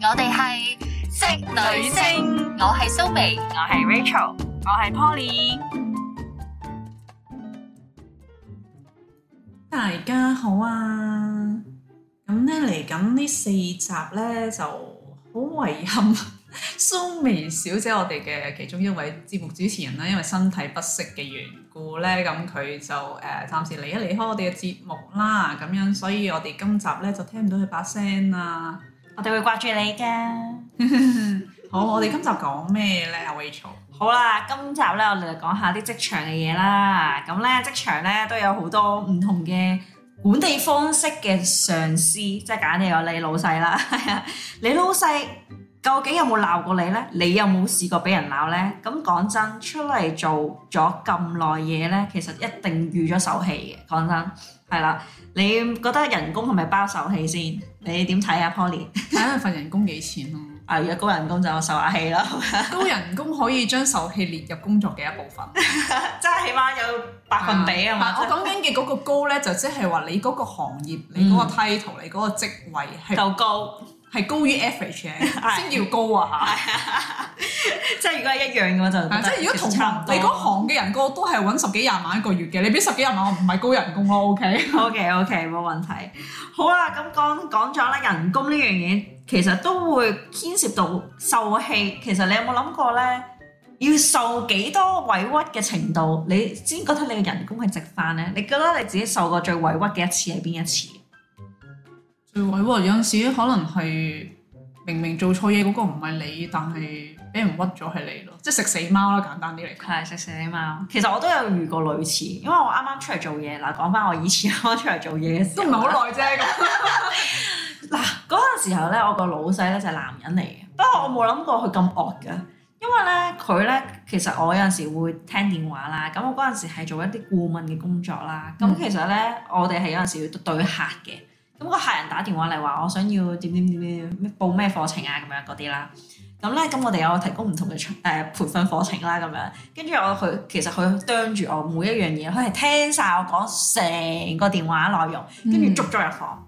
我哋係職女聲我係蘇眉，我係 Rachel，我係 Poly。大家好啊！咁咧嚟緊呢四集咧就好遺憾， 蘇眉小姐我哋嘅其中一位節目主持人啦，因為身體不適嘅緣故咧，咁佢就誒、呃、暫時離一離開我哋嘅節目啦，咁樣所以我哋今集咧就聽唔到佢把聲啊啦。我哋會掛住你嘅。好，我哋今集講咩咧阿？Rachel，好啦，今集咧我哋就講下啲職場嘅嘢啦。咁咧職場咧都有好多唔同嘅管理方式嘅上司，即係簡單有你老細啦。 係啊，你老細究竟有冇鬧過你咧？你有冇試過俾人鬧咧？咁講真，出嚟做咗咁耐嘢咧，其實一定預咗手氣嘅。講真，係啦，你覺得人工係咪包手氣先？你點睇啊，Poly？睇下份人工幾錢咯、啊，如果高人工就受下 氣啦。高人工可以將受氣列入工作嘅一部分。即係起碼有百分比啊嘛，但我講緊嘅嗰個高咧，就即係話你嗰個行業、你嗰個 title、你嗰個職位係夠高，係高於 average 嘅，嗯 係先叫高啊即係如果係一樣嘅話就覺嚇！得啊即係如果同其實差唔行多你嗰行嘅人個個都係揾十幾廿萬一個月嘅，你俾十幾廿萬我唔係高人工咯，OK？ OK OK 冇問題。好啦，咁講講咗啦，人工呢樣嘢其實都會牽涉到受氣。其實你有冇諗過咧？要受幾多委屈嘅程度，你先覺得你嘅人工係值翻咧？你覺得你自己受過最委屈嘅一次係邊一次？最委屈有陣時可能係明明做錯嘢嗰個唔係你，但係俾人屈咗係你咯，即係食死貓啦，簡單啲嚟講。係食死你貓。其實我都有遇過類似，因為我啱啱出嚟做嘢嗱，講翻我以前啱啱出嚟做嘢嘅時都候唔係好耐啫， 咁嗱， 嗰陣時候咧，我個老細咧就係男人嚟嘅，不過我冇諗過佢咁惡嘅，因為咧佢咧其實我有陣時會聽電話啦，咁我嗰陣時係做一啲顧問嘅工作啦，咁嗯其實咧我哋係有陣時要對客嘅，咁個客人打電話嚟話我想要點點點點咩報咩課程啊咁樣嗰啲啦。咁咧，咁我哋有提供唔同嘅誒、呃、培訓課程啦，咁樣跟住我佢其實佢啄住我每一樣嘢，佢係聽晒我講成個電話內容，跟住捉咗入房。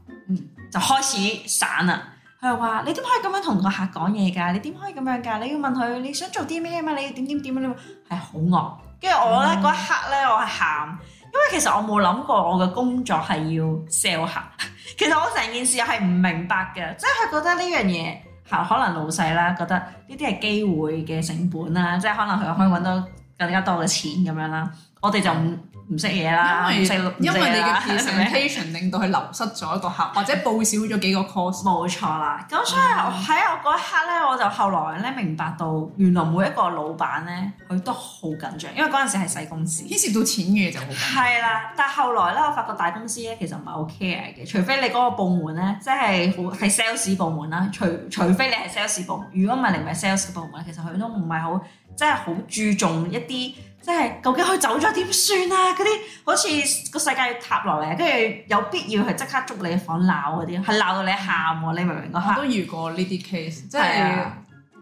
就開始散啦。佢又話：你點可以咁樣同個客講嘢㗎？你點可以咁樣㗎？你要問佢你想做啲咩啊嘛？你要點點點啊？你係好惡。跟住我咧嗯嗰一刻咧，我係喊，因為其實我冇諗過我嘅工作係要 sell 客。 其實我成件事係唔明白嘅，即係佢覺得呢樣嘢。係可能老細啦，覺得呢啲係機會嘅成本啦，即係可能佢可以揾到更加多嘅錢咁樣啦。我哋就唔唔識嘢啦，嗯因啊唔識為因為你 嘅唔識嘢啦係咪 presentation 令到佢流失咗一個客，或者報少咗幾個 course。冇錯啦，咁所以我嗯喺我嗰一刻咧，我就後來咧明白到，原來每一個老闆咧，佢都好緊張，因為嗰陣時係細公司。牽涉到錢嘅就好緊要。係啦，但係後來咧，我發覺大公司咧其實唔係好 care 嘅，除非你嗰個部門咧，即係好係 sales 部門啦，除除非你係 sales 部門，如果唔係你唔係 sales 部門，其實佢都唔係好即係好注重一啲，即係究竟佢走咗點算啊嗰啲，好似個世界要塌落嚟，跟住有必要係即刻捉你房鬧嗰啲，係鬧到你喊喎，你明唔啊明嗰刻我？都遇過呢啲 case，即係係啊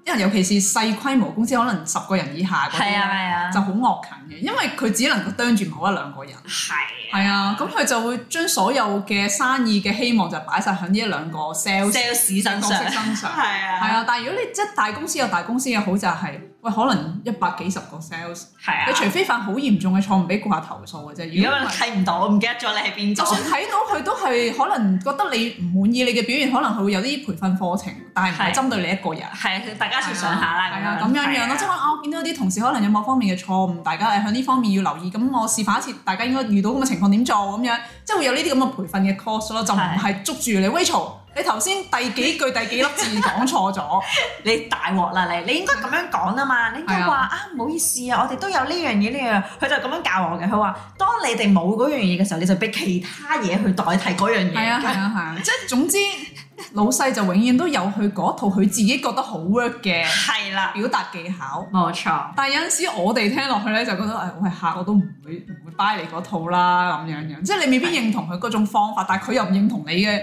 因為尤其是細規模公司，可能十個人以下嗰啲係啊係咧啊就好惡近嘅，因為佢只能夠啄住某一兩個人。係係啊，咁佢就會將所有嘅生意嘅希望就擺晒喺呢一兩個 sales sales 身角上色身上。係係啊，但係如果你即係大公司有大公司嘅好就係、喂可能一百幾十個 sales，係啊你，除非犯好嚴重嘅錯誤俾顧客投訴嘅啫。如如果果唔你係睇唔到，我唔記得咗你喺邊就度。算睇到佢都係可能覺得你唔滿意你嘅表現，可能佢會有啲培訓課程，但係唔係係針對你一個人。係，大家一齊上下啦，係啊，咁樣樣咯，即係可能啊我見到有啲同事可能有某方面嘅錯誤，大家誒向呢方面要留意。咁我示範一次，大家應該遇到咁嘅情況點做咁樣，即係會有呢啲咁嘅培訓嘅 course 咯， 就唔係捉住你 Rachel，你頭先第幾句第幾粒字講錯咗，你大鑊啦你，你應該咁樣講啊嗯嘛，你應該話啊唔好意思啊，我哋都有呢樣嘢呢樣，佢就咁樣教我嘅。佢話當你哋冇嗰樣嘢嘅時候，你就俾其他嘢去代替嗰樣嘢。係啊係啊係啊，即係總之老細就永遠都有佢嗰套佢自己覺得好 work 嘅係啦，表達技巧。冇錯。但係有陣時我哋聽落去咧，就覺得誒、哎我係客，我都唔會唔會 buy 你嗰套啦咁樣樣，即係你未必認同佢嗰種方法，但係佢又唔認同你嘅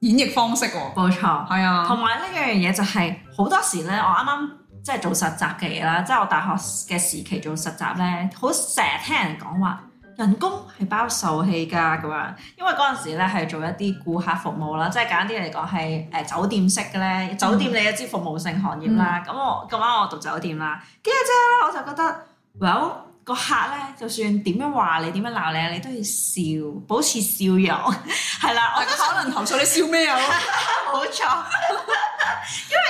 演繹方式喎。冇錯。係啊，同埋呢樣嘢就係、好多時咧，我啱啱即係做實習嘅嘢啦，即係我大學嘅時期做實習咧，好成日聽人講話，人工係包售氣㗎咁樣，因為嗰陣時咧係做一啲顧客服務啦，即係簡單啲嚟講係誒酒店式嘅咧，酒店你一知服務性行業啦，咁、我咁啱我讀酒店啦，跟住之後咧我就覺得，well 個客咧就算點樣話你點樣鬧你，你都要笑，保持笑容，係啦，我大家可能投訴你笑咩啊？冇錯， 因為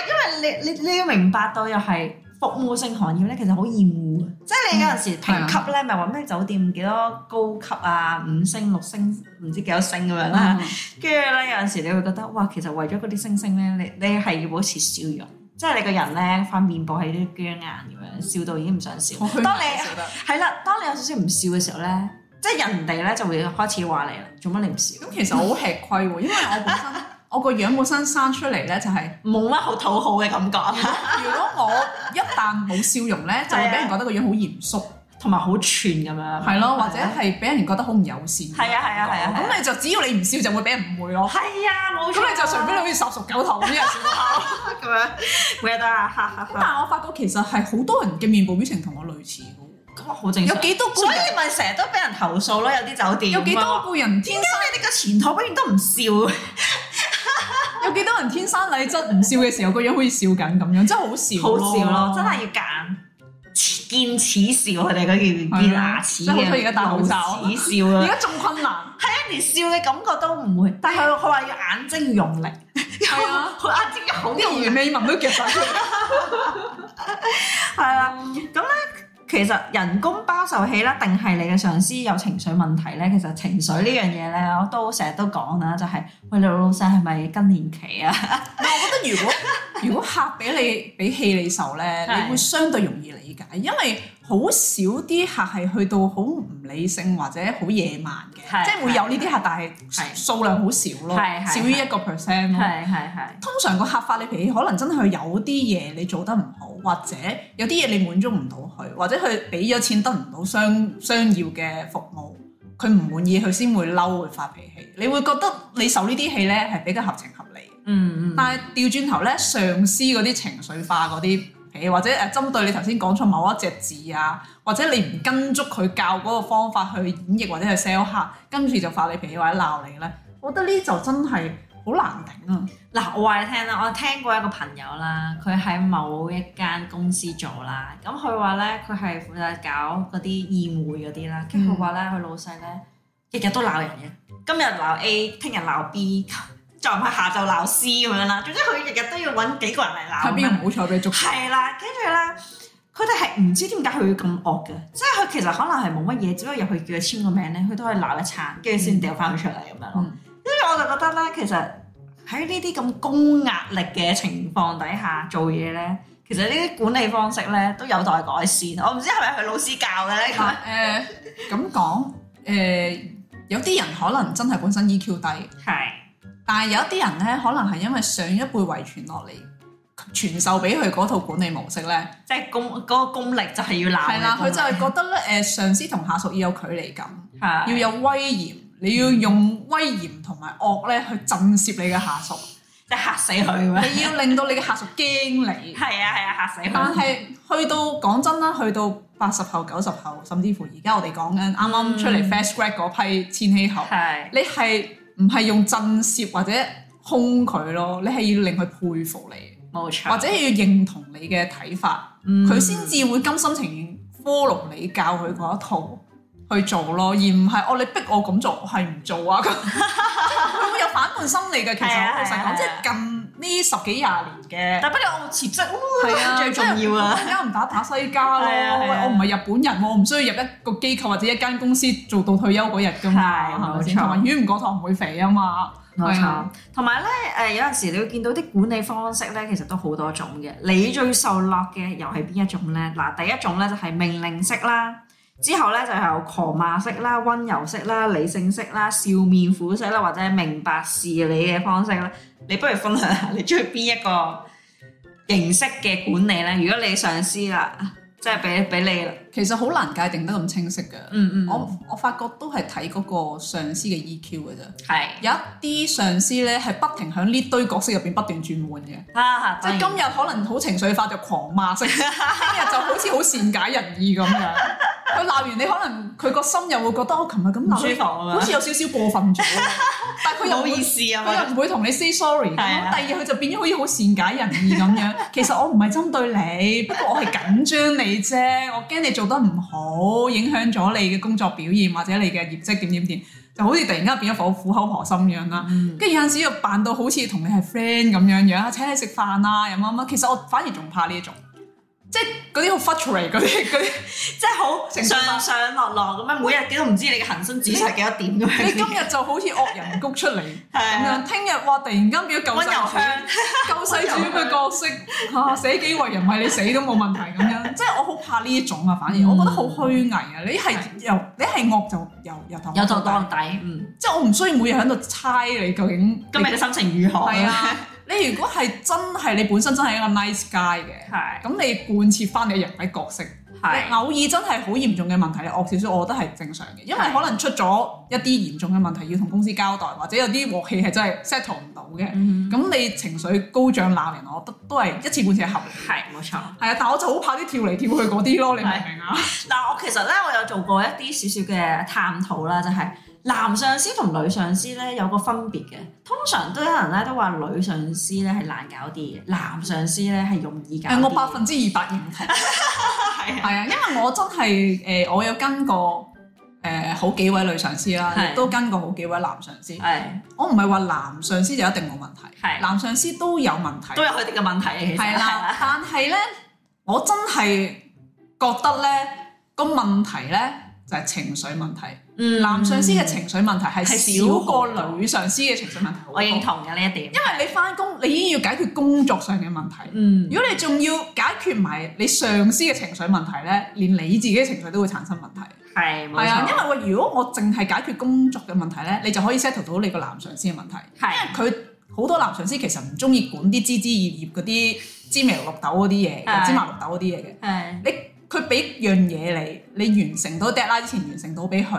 因為你你你要明白到又係服務性行業咧，其實好厭惡嘅，即係你有陣時評級咧，咪話咩酒店幾多高級啊，五星六星唔知幾多星咁樣 啦，跟住咧有陣時你會覺得哇，其實為咗嗰啲星星咧，你你係要保持笑容。即係你個人咧，塊面部係啲僵硬咁樣，笑到已經唔想笑。當你笑得係啦，當你有少少唔笑嘅時候咧，即係人哋咧就會開始話你啦，做乜你唔 笑？咁其實我好吃虧喎，因為我本 身我個樣本身生出嚟咧就係、冇乜好討好嘅感覺。如果我一旦冇笑容咧，就會俾人覺得個樣好嚴肅，同埋好串咁樣，啊係咯，或者係俾人覺得好唔友善。係啊係啊係啊，咁你就只要你唔笑就會俾人誤 會咯。係啊冇咁錯啊，你就隨便你好似十熟九頭咁啲人笑到喊。咁樣，咩得啊？哈哈咁但哈！係我發覺其實係好多人嘅面部表情同我類似嘅喎咁啊好正常，有幾多個所人以咪成日都俾人投訴咯，有啲酒店有幾多個人點天啊解你哋個前台永遠都唔笑？有幾多人天生麗質唔笑嘅時候個樣好似笑緊咁樣，真係好笑好笑咯，真係要揀。見齒笑，佢哋嗰係叫啊見牙齒真係好嘅，衰而家戴口罩露齒笑而啊，家仲困難。連笑嘅感覺都唔會。但係佢佢話要眼睛用力，係 啊，佢眼睛好啲用力魚，尾紋都 夾晒出嚟。係啦。其實人工包受氣啦，定係你嘅上司有情緒問題咧？其實情緒呢樣嘢咧，我都成日都講啦，就係、喂你老細係咪更年期啊？但我覺得如果如果客俾你俾氣你受咧，係你會相對容易理解，因為好少啲客係去到好唔理性或者好野蠻嘅，係即係會有呢啲客，但係係數量好少咯係，係少於一個 percent 咯。嗯係係係通常個客發你脾氣，可能真係有啲嘢你做得唔好，或者有啲嘢你滿足唔到佢，或者佢俾咗錢得唔到相相要嘅服務，佢唔滿意佢先會嬲會發脾氣。你會覺得你受呢啲氣咧係比較合情合理。嗯嗯但係調轉頭咧，上司嗰啲情緒化嗰啲脾氣，或者誒針對你頭先講錯某一隻字啊，或者你唔跟足佢教嗰個方法去演繹或者去 sell 客，跟住就發你脾氣或者鬧你咧，我覺得呢就真係好難頂啊！嗱，我話你聽啦，我聽過一個朋友啦，佢喺某一間公司做啦，咁佢話咧佢係負責搞嗰啲宴會嗰啲啦，跟住佢話咧佢老細咧日日都鬧人嘅，今日鬧 A，聽日鬧 B，再唔係下晝鬧 C 咁樣啦，總之佢日日都要揾幾個人嚟鬧咁睇樣。邊個唔好彩俾你 捉係啦，跟住咧，佢哋係唔知點解佢要咁惡嘅，即係佢其實可能係冇乜嘢，只不過入去叫佢簽個名咧，佢都可以鬧一餐，跟住先掉翻佢出嚟咁樣咯。嗯跟住、我就覺得咧，其實喺呢啲咁高壓力嘅情況底下做嘢咧，其實呢啲管理方式咧都有待改善。我唔知係咪佢老師教嘅咧，咁嗱啊誒咁講誒，有啲人可能真係本身 EQ 低。係但係有一啲人咧，可能係因為上一輩遺傳落嚟，傳授俾佢嗰套管理模式咧，即係功嗰個功力就係要鬧嘅功力。係啦，佢就係覺得咧，誒、上司同下屬要有距離感，係要有威嚴，你要用威嚴同埋惡咧去震懾你嘅下屬，即係嚇死佢咁樣。你要令到你嘅下屬驚你。係啊係啊，嚇死但佢。係去到講真啦，去到八十後、九十後，甚至乎而家我哋講緊啱啱出嚟嗯 fresh grad 嗰批千禧後，係你係唔係用震懾或者兇佢咯？你係要令佢佩服你，冇錯，嗯或者要認同你嘅睇法。佢佢先至會甘心情願 follow 你教佢嗰一套去做咯，而唔係哦你逼我咁做，我係唔做 啊咁。佢會有反叛心理嘅，其實係啊我老實係啊講，即係啊係近呢十幾廿年嘅。但不如我辭職係 啊，最重要啊即係我點解唔打打西家咯？係啊係啊喂我唔係日本人喎，我唔需要入一個機構或者一間公司做到退休嗰日噶嘛，係係咪先？冇錯同埋魚唔過塘唔會肥啊嘛。冇係錯啊，同埋咧誒有陣時你會見到啲管理方式咧，其實都好多種嘅。你最受落嘅又係邊一種咧？嗱，第一種咧就係命令式啦，之後咧就有狂罵式啦、温柔式啦、理性式啦、笑面虎式啦，或者明白事理嘅方式啦。你不如分享下 你中意邊一個形式嘅管理咧？如果你上司啦，即係俾俾你啦，其實好難界定得咁清晰嘅。嗯嗯，我我發覺都係睇嗰個上司嘅 EQ 嘅啫。係有一啲上司咧係不停喺呢堆角色入邊不斷轉換嘅，啊，即係今 日可能好情緒化就狂罵式，聽日就好似好善解人意咁樣。佢鬧完你，可能佢個心又會覺得我琴日咁唔鬧舒你服啊好嘛似，有少少過分咗， 但係佢又冇會意思啊佢嘛。又唔會同你 say sorry，咁係啊第二日佢就變咗好似好善解人意咁 樣。其實我唔係針對你，不過我係緊張你啫，我驚你做得唔好，影響咗你嘅工作表現或者你嘅業績點點點，就好似突然間變咗個苦口婆心咁樣啦。嗯跟住有陣時又扮到好似同你係 friend 咁樣樣，啊請你食飯啊，又乜乜。其實我反而仲怕呢一種，即係嗰啲好 fluctuate 嗰啲嗰 啲。即係好成熟啊上上落落咁樣，每日幾都唔知你嘅恒生指數係幾多點咁樣。你今日就好似惡人谷出嚟咁係啊樣，聽日哇突然間變咗救温世柔主鄉， 救世主咁嘅角色嚇，捨己為人為你死都冇問題咁樣。 即係我好怕呢一種啊，反而我覺得好虛偽啊。你係由你係惡就由由頭惡有就到當底，底，嗯，即係我唔需要每日喺度猜你究竟今日嘅心情如何？ 係啊。你如果係真係你本身真係一個 nice guy 嘅。係，咁你貫徹翻你人物角色，你係偶爾真係好嚴重嘅問題，你惡少少，我覺得係正常嘅，因為係可能出咗一啲嚴重嘅問題要同公司交代，或者有啲鑊氣係真係 settle 唔到嘅，咁、嗯你情緒高漲鬧人，我覺得都係一次半次係合理。係冇錯。係啊，但我就好怕啲跳嚟跳去嗰啲咯，你明唔明啊？嗱，我其實咧，我有做過一啲少少嘅探討啦，就係、男上司同女上司咧有個分別嘅。通常都有人咧都話女上司咧係難搞啲嘅，男上司咧係容易搞啲嘅。誒，我百分之二百認同。係啊，係啊，因為我真係誒、我有跟過誒、好幾位女上司啦，係亦都跟過好幾位男上司。係我唔係話男上司就一定冇問題，係男上司都有問題。都有佢哋嘅問題嘅，其實係 啦，，但係咧，我真係覺得咧個問題咧就係、情緒問題。嗯男上司嘅，情緒問題係係少少過過女上司嘅情緒問題好多。我認同嘅呢一點，因為你翻工，你已經要解決工作上嘅問題。嗯如果你仲要解決埋你上司嘅情緒問題咧，連你自己嘅情緒都會產生問題。係冇係啊，因錯，為喂，如果我淨係解決工作嘅問題咧，你就可以 settle 到你個男上司嘅問題。係啊佢好多男上司其實唔中意管啲枝枝葉葉嗰啲芝麻綠豆嗰啲嘢嘅，係芝麻綠豆嗰啲嘢嘅。係啊佢俾樣嘢你，你完成到 deadline 之前完成到俾佢，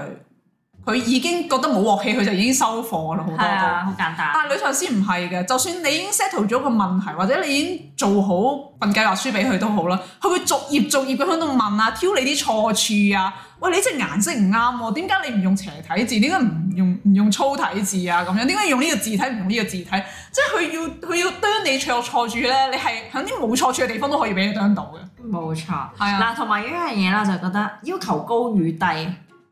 佢已經覺得冇鑊氣，佢就已經收貨啦好多係都。啊，好簡單，但係女上司唔係嘅，就算你已經 settle 咗個問題，或者你已經做好份計劃書俾佢都好啦，佢會逐頁逐頁咁喺度問啊，挑你啲錯處啊，喂你隻顏色唔啱喎，點解你唔用斜體字？點解唔用唔用粗體字啊？咁樣點解用呢個字體唔用呢個字體？即係佢要佢要啄你錯錯處咧，你係喺啲冇錯處嘅地方都可以俾你啄到嘅。冇錯。係啊，嗱，同埋有一樣嘢啦，就覺得要求高與低，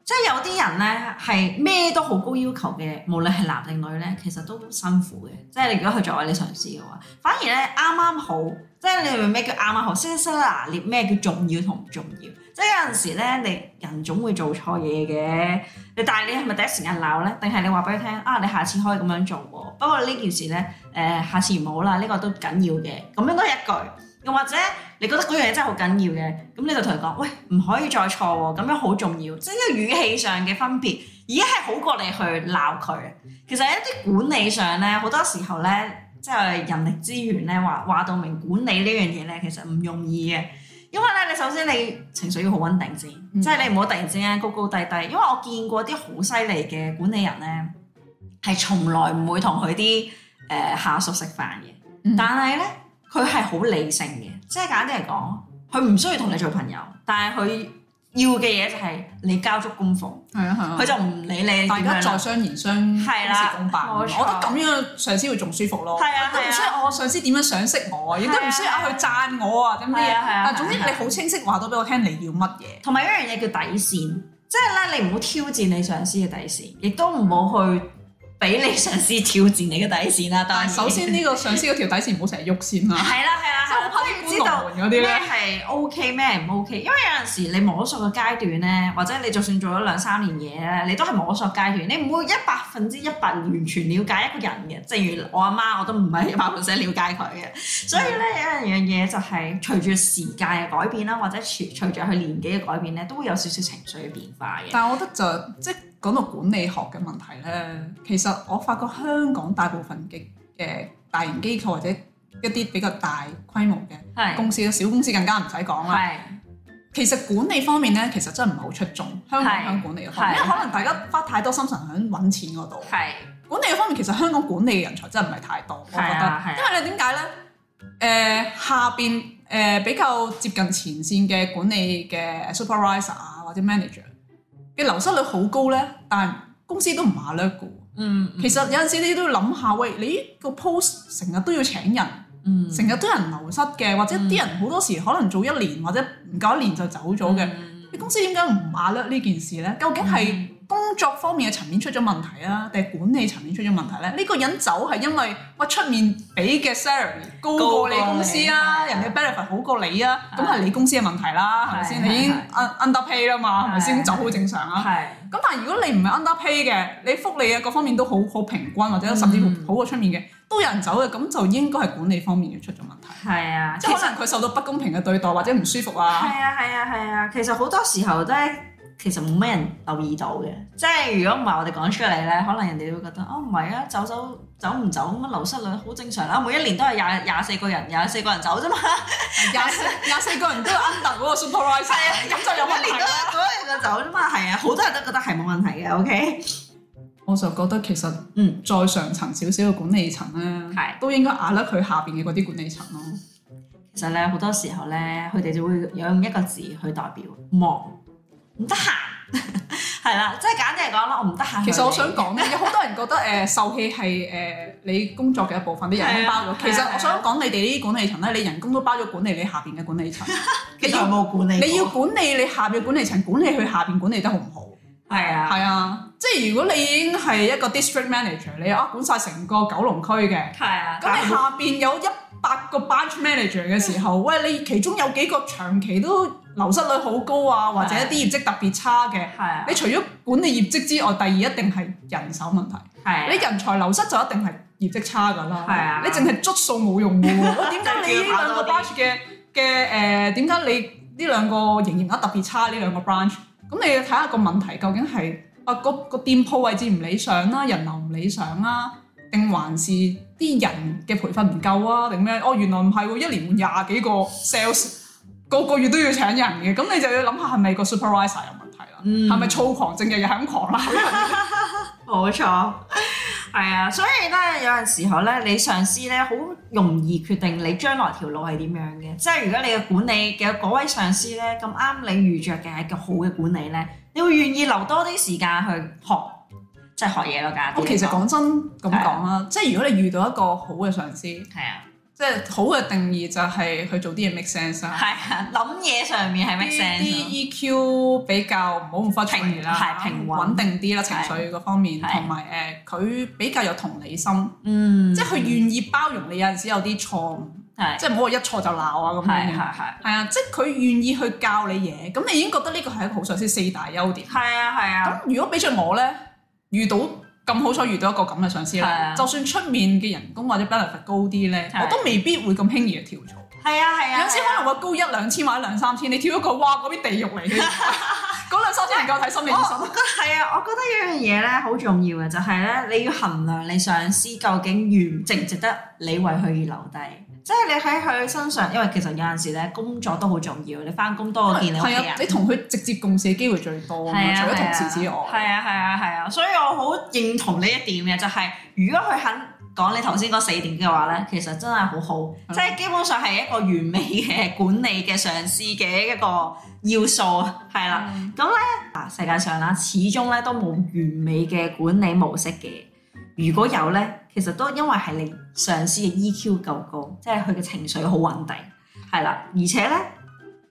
即係有啲人咧係咩都好高要求嘅，無論係男定女咧，其實都辛苦嘅。即係你如果佢作為你上司嘅話，反而咧啱啱好，即係你明唔明咩叫啱啱好，識得識得拿捏咩叫重要同唔重要。即係有陣時咧，你人總會做錯嘢嘅。你但係你係咪第一時間鬧咧？定係你話俾佢聽啊？你下次可以咁樣做喎。不過呢件事咧，誒、下次唔好啦，呢、個都緊要嘅。咁樣都係一句。又或者你覺得嗰樣嘢真係好緊要嘅，咁你就同佢講，喂，唔可以再錯喎，咁樣好重要，即係呢個語氣上嘅分別，已經係好過你去鬧佢。其實喺一啲管理上咧，好多時候咧，即係人力資源咧話話到明管理呢樣嘢咧，其實唔容易嘅。因為咧，你首先你情緒要好穩定先，嗯即係你唔好突然之間高高低低。因為我見過啲好犀利嘅管理人咧，係從來唔會同佢啲誒下屬食飯嘅。嗯但係咧，佢係好理性嘅，即係簡單嚟講，佢唔需要同你做朋友，但係佢要嘅嘢就係你交足功課，係啊，係啊佢。就唔理你大家點樣在啦商言商，係啦公事公辦。我冇覺錯得咁樣上司會仲舒服咯。係啊都唔需係要我哦上司點樣賞識我，亦都唔需要係啊佢讚我啊，點啲係嘢。啊係啊但總之係你啊係啊好清晰話到俾我聽，你要乜嘢。同埋一樣嘢叫底線，即係咧你唔好挑戰你上司嘅底線，亦都唔好去俾你上司挑戰你嘅底線啦。 當但然係首先呢個上司嗰條底線唔好成日喐 先啦，係啦係啦，即係好怕即係啲知官道。龍門嗰啲咩咧。係 OK 咩唔 OK？因為有陣時你摸索嘅階段咧，或者你就算做咗兩三年嘢咧，你都係摸索階段，你唔會一百分之一百完全了解一個人嘅。正如我阿媽，我都唔係一百 percent 了解佢嘅。所以咧有一樣嘢就係隨住時間嘅改變啦，或者隨隨住佢年紀嘅改變咧，都會有少少情緒嘅變化嘅。但係我覺得就即係講到管理學嘅問題咧，其實我發覺香港大部分嘅嘅大型機構或者一啲比較大規模嘅係公司，小公司更加唔使講啦。係其實管理方面咧，其實真係唔係好出眾。香港係香港管理嘅方面，係因為可能大家花太多心神喺揾錢嗰度。係管理嘅方面，其實香港管理嘅人才真係唔係太多，我覺係啊係得。啊因為你點解咧？誒、下邊誒、比較接近前線嘅管理嘅 supervisor 啊，或或者 manager 嘅流失率好高咧，但公司都唔下叻嘅喎。嗯，其實有陣時你都要諗下，喂，你呢個 post 成日都要請人，嗯成日都有人流失嘅，或者嗯啲人好多時可能做一年或者唔夠一年就走咗嘅。嗯你公司點解唔馬略呢件事呢？究竟係工作方面嘅層面出咗問題啊，定係管理層面出咗問題呢？呢、個人走係因為喂出面俾嘅 salary 高高過過你公司啊，你人哋 benefit 好過你啊，係咁係你公司嘅問題啦，係咪先？係你已經係 un- underpay 啦嘛，係咪係先？走好正常啊。嗯係咁但係如果你唔係 underpay 嘅，你福利啊各方面都好好平均，或者甚至乎嗯好過出面嘅，都有人走嘅，咁就應該係管理方面要出咗問題，係啊，即係可能佢受到不公平嘅對待或者唔舒服啊。係啊係啊係啊，其實好多時候咧，其實冇乜人留意到嘅，即係如果唔係我哋講出嚟咧，可能人哋都會覺得哦唔係啊，走走走唔走咁啊流失率好正常啊啦，每一年都係廿廿四個人廿四個人走啫嘛，廿四廿四個人都 under 嗰個 supervisor，咁就有問 啊每一題年都啦。係嗰一個走啫嘛，係啊，好多人都覺得係冇問題嘅，OK，我就覺得其實嗯再上層少少嘅管理層咧，係都應該壓甩佢下邊嘅嗰啲管理層咯。其實咧好多時候咧，佢哋就會用一個字去代表忙，唔得閒， 係啦，即係簡單嚟講啦，我唔得閒去理。其實我想講咧，有好多人覺得誒受氣係誒你工作嘅一部分，你人工包係啊咗。其實係啊我想講你哋呢啲管理層咧，你人工都包咗管理你下邊嘅管理層。其實我冇管理過，你要管理你下邊嘅管理層，管理佢下邊管理得好唔好？係啊，係啊，即係如果你已經係一個 district manager，你啊管晒成個九龍區嘅。係啊，咁你下邊有一百個 branch manager 嘅時候，喂，你其中有幾個長期都流失率好高啊，或者一啲業績特別差嘅，係啊你，除咗管理業績之外，第二一定係人手問題。係啊你人才流失就一定係業績差㗎啦。係啊你淨係捉數冇用㗎 喎。哦喂點解你呢兩個 branch 嘅嘅誒？點解你呢兩個營業額特別差？呢兩個 branch 咁你要睇下個問題究竟係啊個個店鋪位置唔理想啦，人流唔理想啦，定還是啲人嘅培訓唔夠啊？定咩？哦，原來唔係喎，一年換廿幾個 sales，個個月都要請人嘅，咁你就要諗下係咪個 supervisor 有問題啦？嗯係咪躁狂症日日係咁狂啦？冇錯， 係啊，所以咧有陣時候咧，你上司咧好容易決定你將來條路係點樣嘅。即係如果你嘅管理嘅嗰位上司咧咁啱你遇着嘅係一個好嘅管理咧，你會願意留多啲時間去學，即係學嘢咯，㗎。我哦其實講真咁講啊啦，即係如果你遇到一個好嘅上司，即係啊，係好嘅定義就係佢做啲嘢 make sense 啦，係啊，諗嘢上面係 make 啲 sense 啲 EQ 比較唔好咁 f r 平啦，係平穩穩定啲啦，情緒嗰方面，係同埋誒佢比較有同理心，嗯，即係佢願意包容你有陣時有啲錯誤，係即係唔好話一錯就鬧啊咁係樣嘅。係係。係啊，即係佢願意去教你嘢，咁你已經覺得呢個係一個好上司四大優點。係啊，係啊，咁如果俾着我咧，遇到咁好彩遇到一個咁嘅上司係啦，啊就算出面嘅人工或者 benefit 高啲咧，係我都未必會咁輕易去跳槽。係啊，係有啊，陣時可能會高一兩千或者兩三千，你跳一個哇嗰邊地獄嚟嘅， 嗰兩三千唔夠睇心理醫我我生。 覺得係啊，我覺得有一樣嘢咧好重要嘅就係咧，你要衡量你上司究竟願值唔值得你為佢而留低。即係你喺佢身上，因為其實有陣時咧工作都好重要，你翻工多過見你屋企係啊人，。你同佢直接共事嘅機會最多啊嘛，除咗同事之係外，啊係啊係啊，所以我好認同呢一點嘅，就係、如果佢肯講你頭先嗰四點嘅話咧，其實真係好好，嗯即係基本上係一個完美嘅管理嘅上司嘅一個要素，係啦。嗯咁咧啊，世界上啦，始終咧都冇完美嘅管理模式嘅。如果有咧，其實都因為係你上司嘅 EQ 夠高，即係佢嘅情緒好穩定，係啦。而且咧，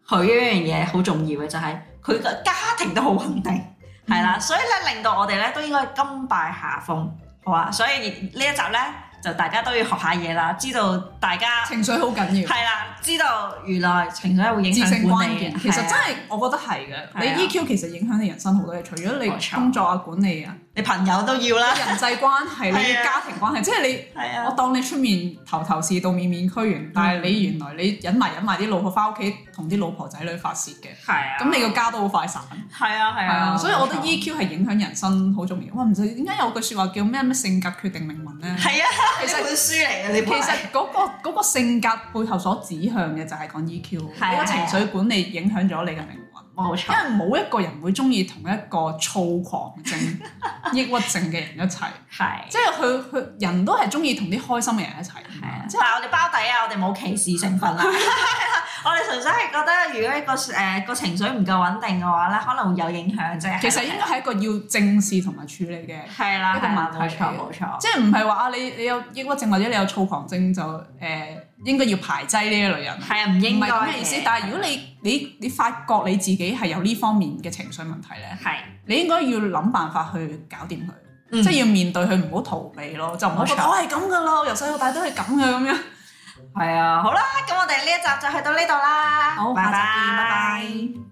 佢一樣嘢好重要嘅就係佢嘅家庭都好穩定，係嗯啦。所以咧，令到我哋咧都應該甘拜下風，好啊。所以呢一集咧，就大家都要學下嘢啦，知道大家情緒好緊要。係啊啦，知道原來情緒係會影自性響管關理鍵，嘅，其實係啊真係我覺得係係啊嘅。你 EQ 其實影響你人生好多嘢，除咗你冇錯工作啊、管理啊、你朋友都要啦，人際關係、你係啊嘅家庭關係，即係你係我啊，當你出面頭頭是道、面面俱圓，但係你原來你忍埋忍埋啲老婆翻屋企同啲老婆仔女發泄嘅，係啊，咁你個家都好快散。係啊係係啊，啊，所以我覺得冇錯 EQ 係影響人生好重要。哇，唔知點解有句説話叫咩咩性格決定命運咧？係啊， 其實呢本書嚟嘅，你其 實嗰、個嗰個性格背後所指向嘅就係講 EQ，係啊你個情緒管理影響咗你嘅命運。冇因錯，為冇一個人會中意同一個躁狂症、 抑鬱症嘅人一齊，係即係佢佢人都係中意同啲開心嘅人一齊㗎係嘛。啊，即 即係係我哋包底啊，我哋冇歧視成分啦，我哋純粹係覺得，如果一個誒個情緒唔夠穩定嘅話咧，可能會有影響啫。其實應該係一個要正視同埋處理嘅，係啦，一個係啦問題冇錯嚟嘅冇錯。即係唔係話啊你你有抑鬱症或者你有躁狂症就誒、呃、應該要排擠呢一類人。係啊，唔應唔該係咁嘅意思，但係如果你你你發覺你自己係有呢方面嘅情緒問題咧，係你應該要諗辦法去搞掂佢，嗯即係要面對佢，唔好逃避咯，就唔好覺冇得錯我係咁噶啦，我由細到大都係咁嘅咁樣。係啊，好啦，咁我哋呢一集就去到呢度啦。好，拜下集見，拜拜。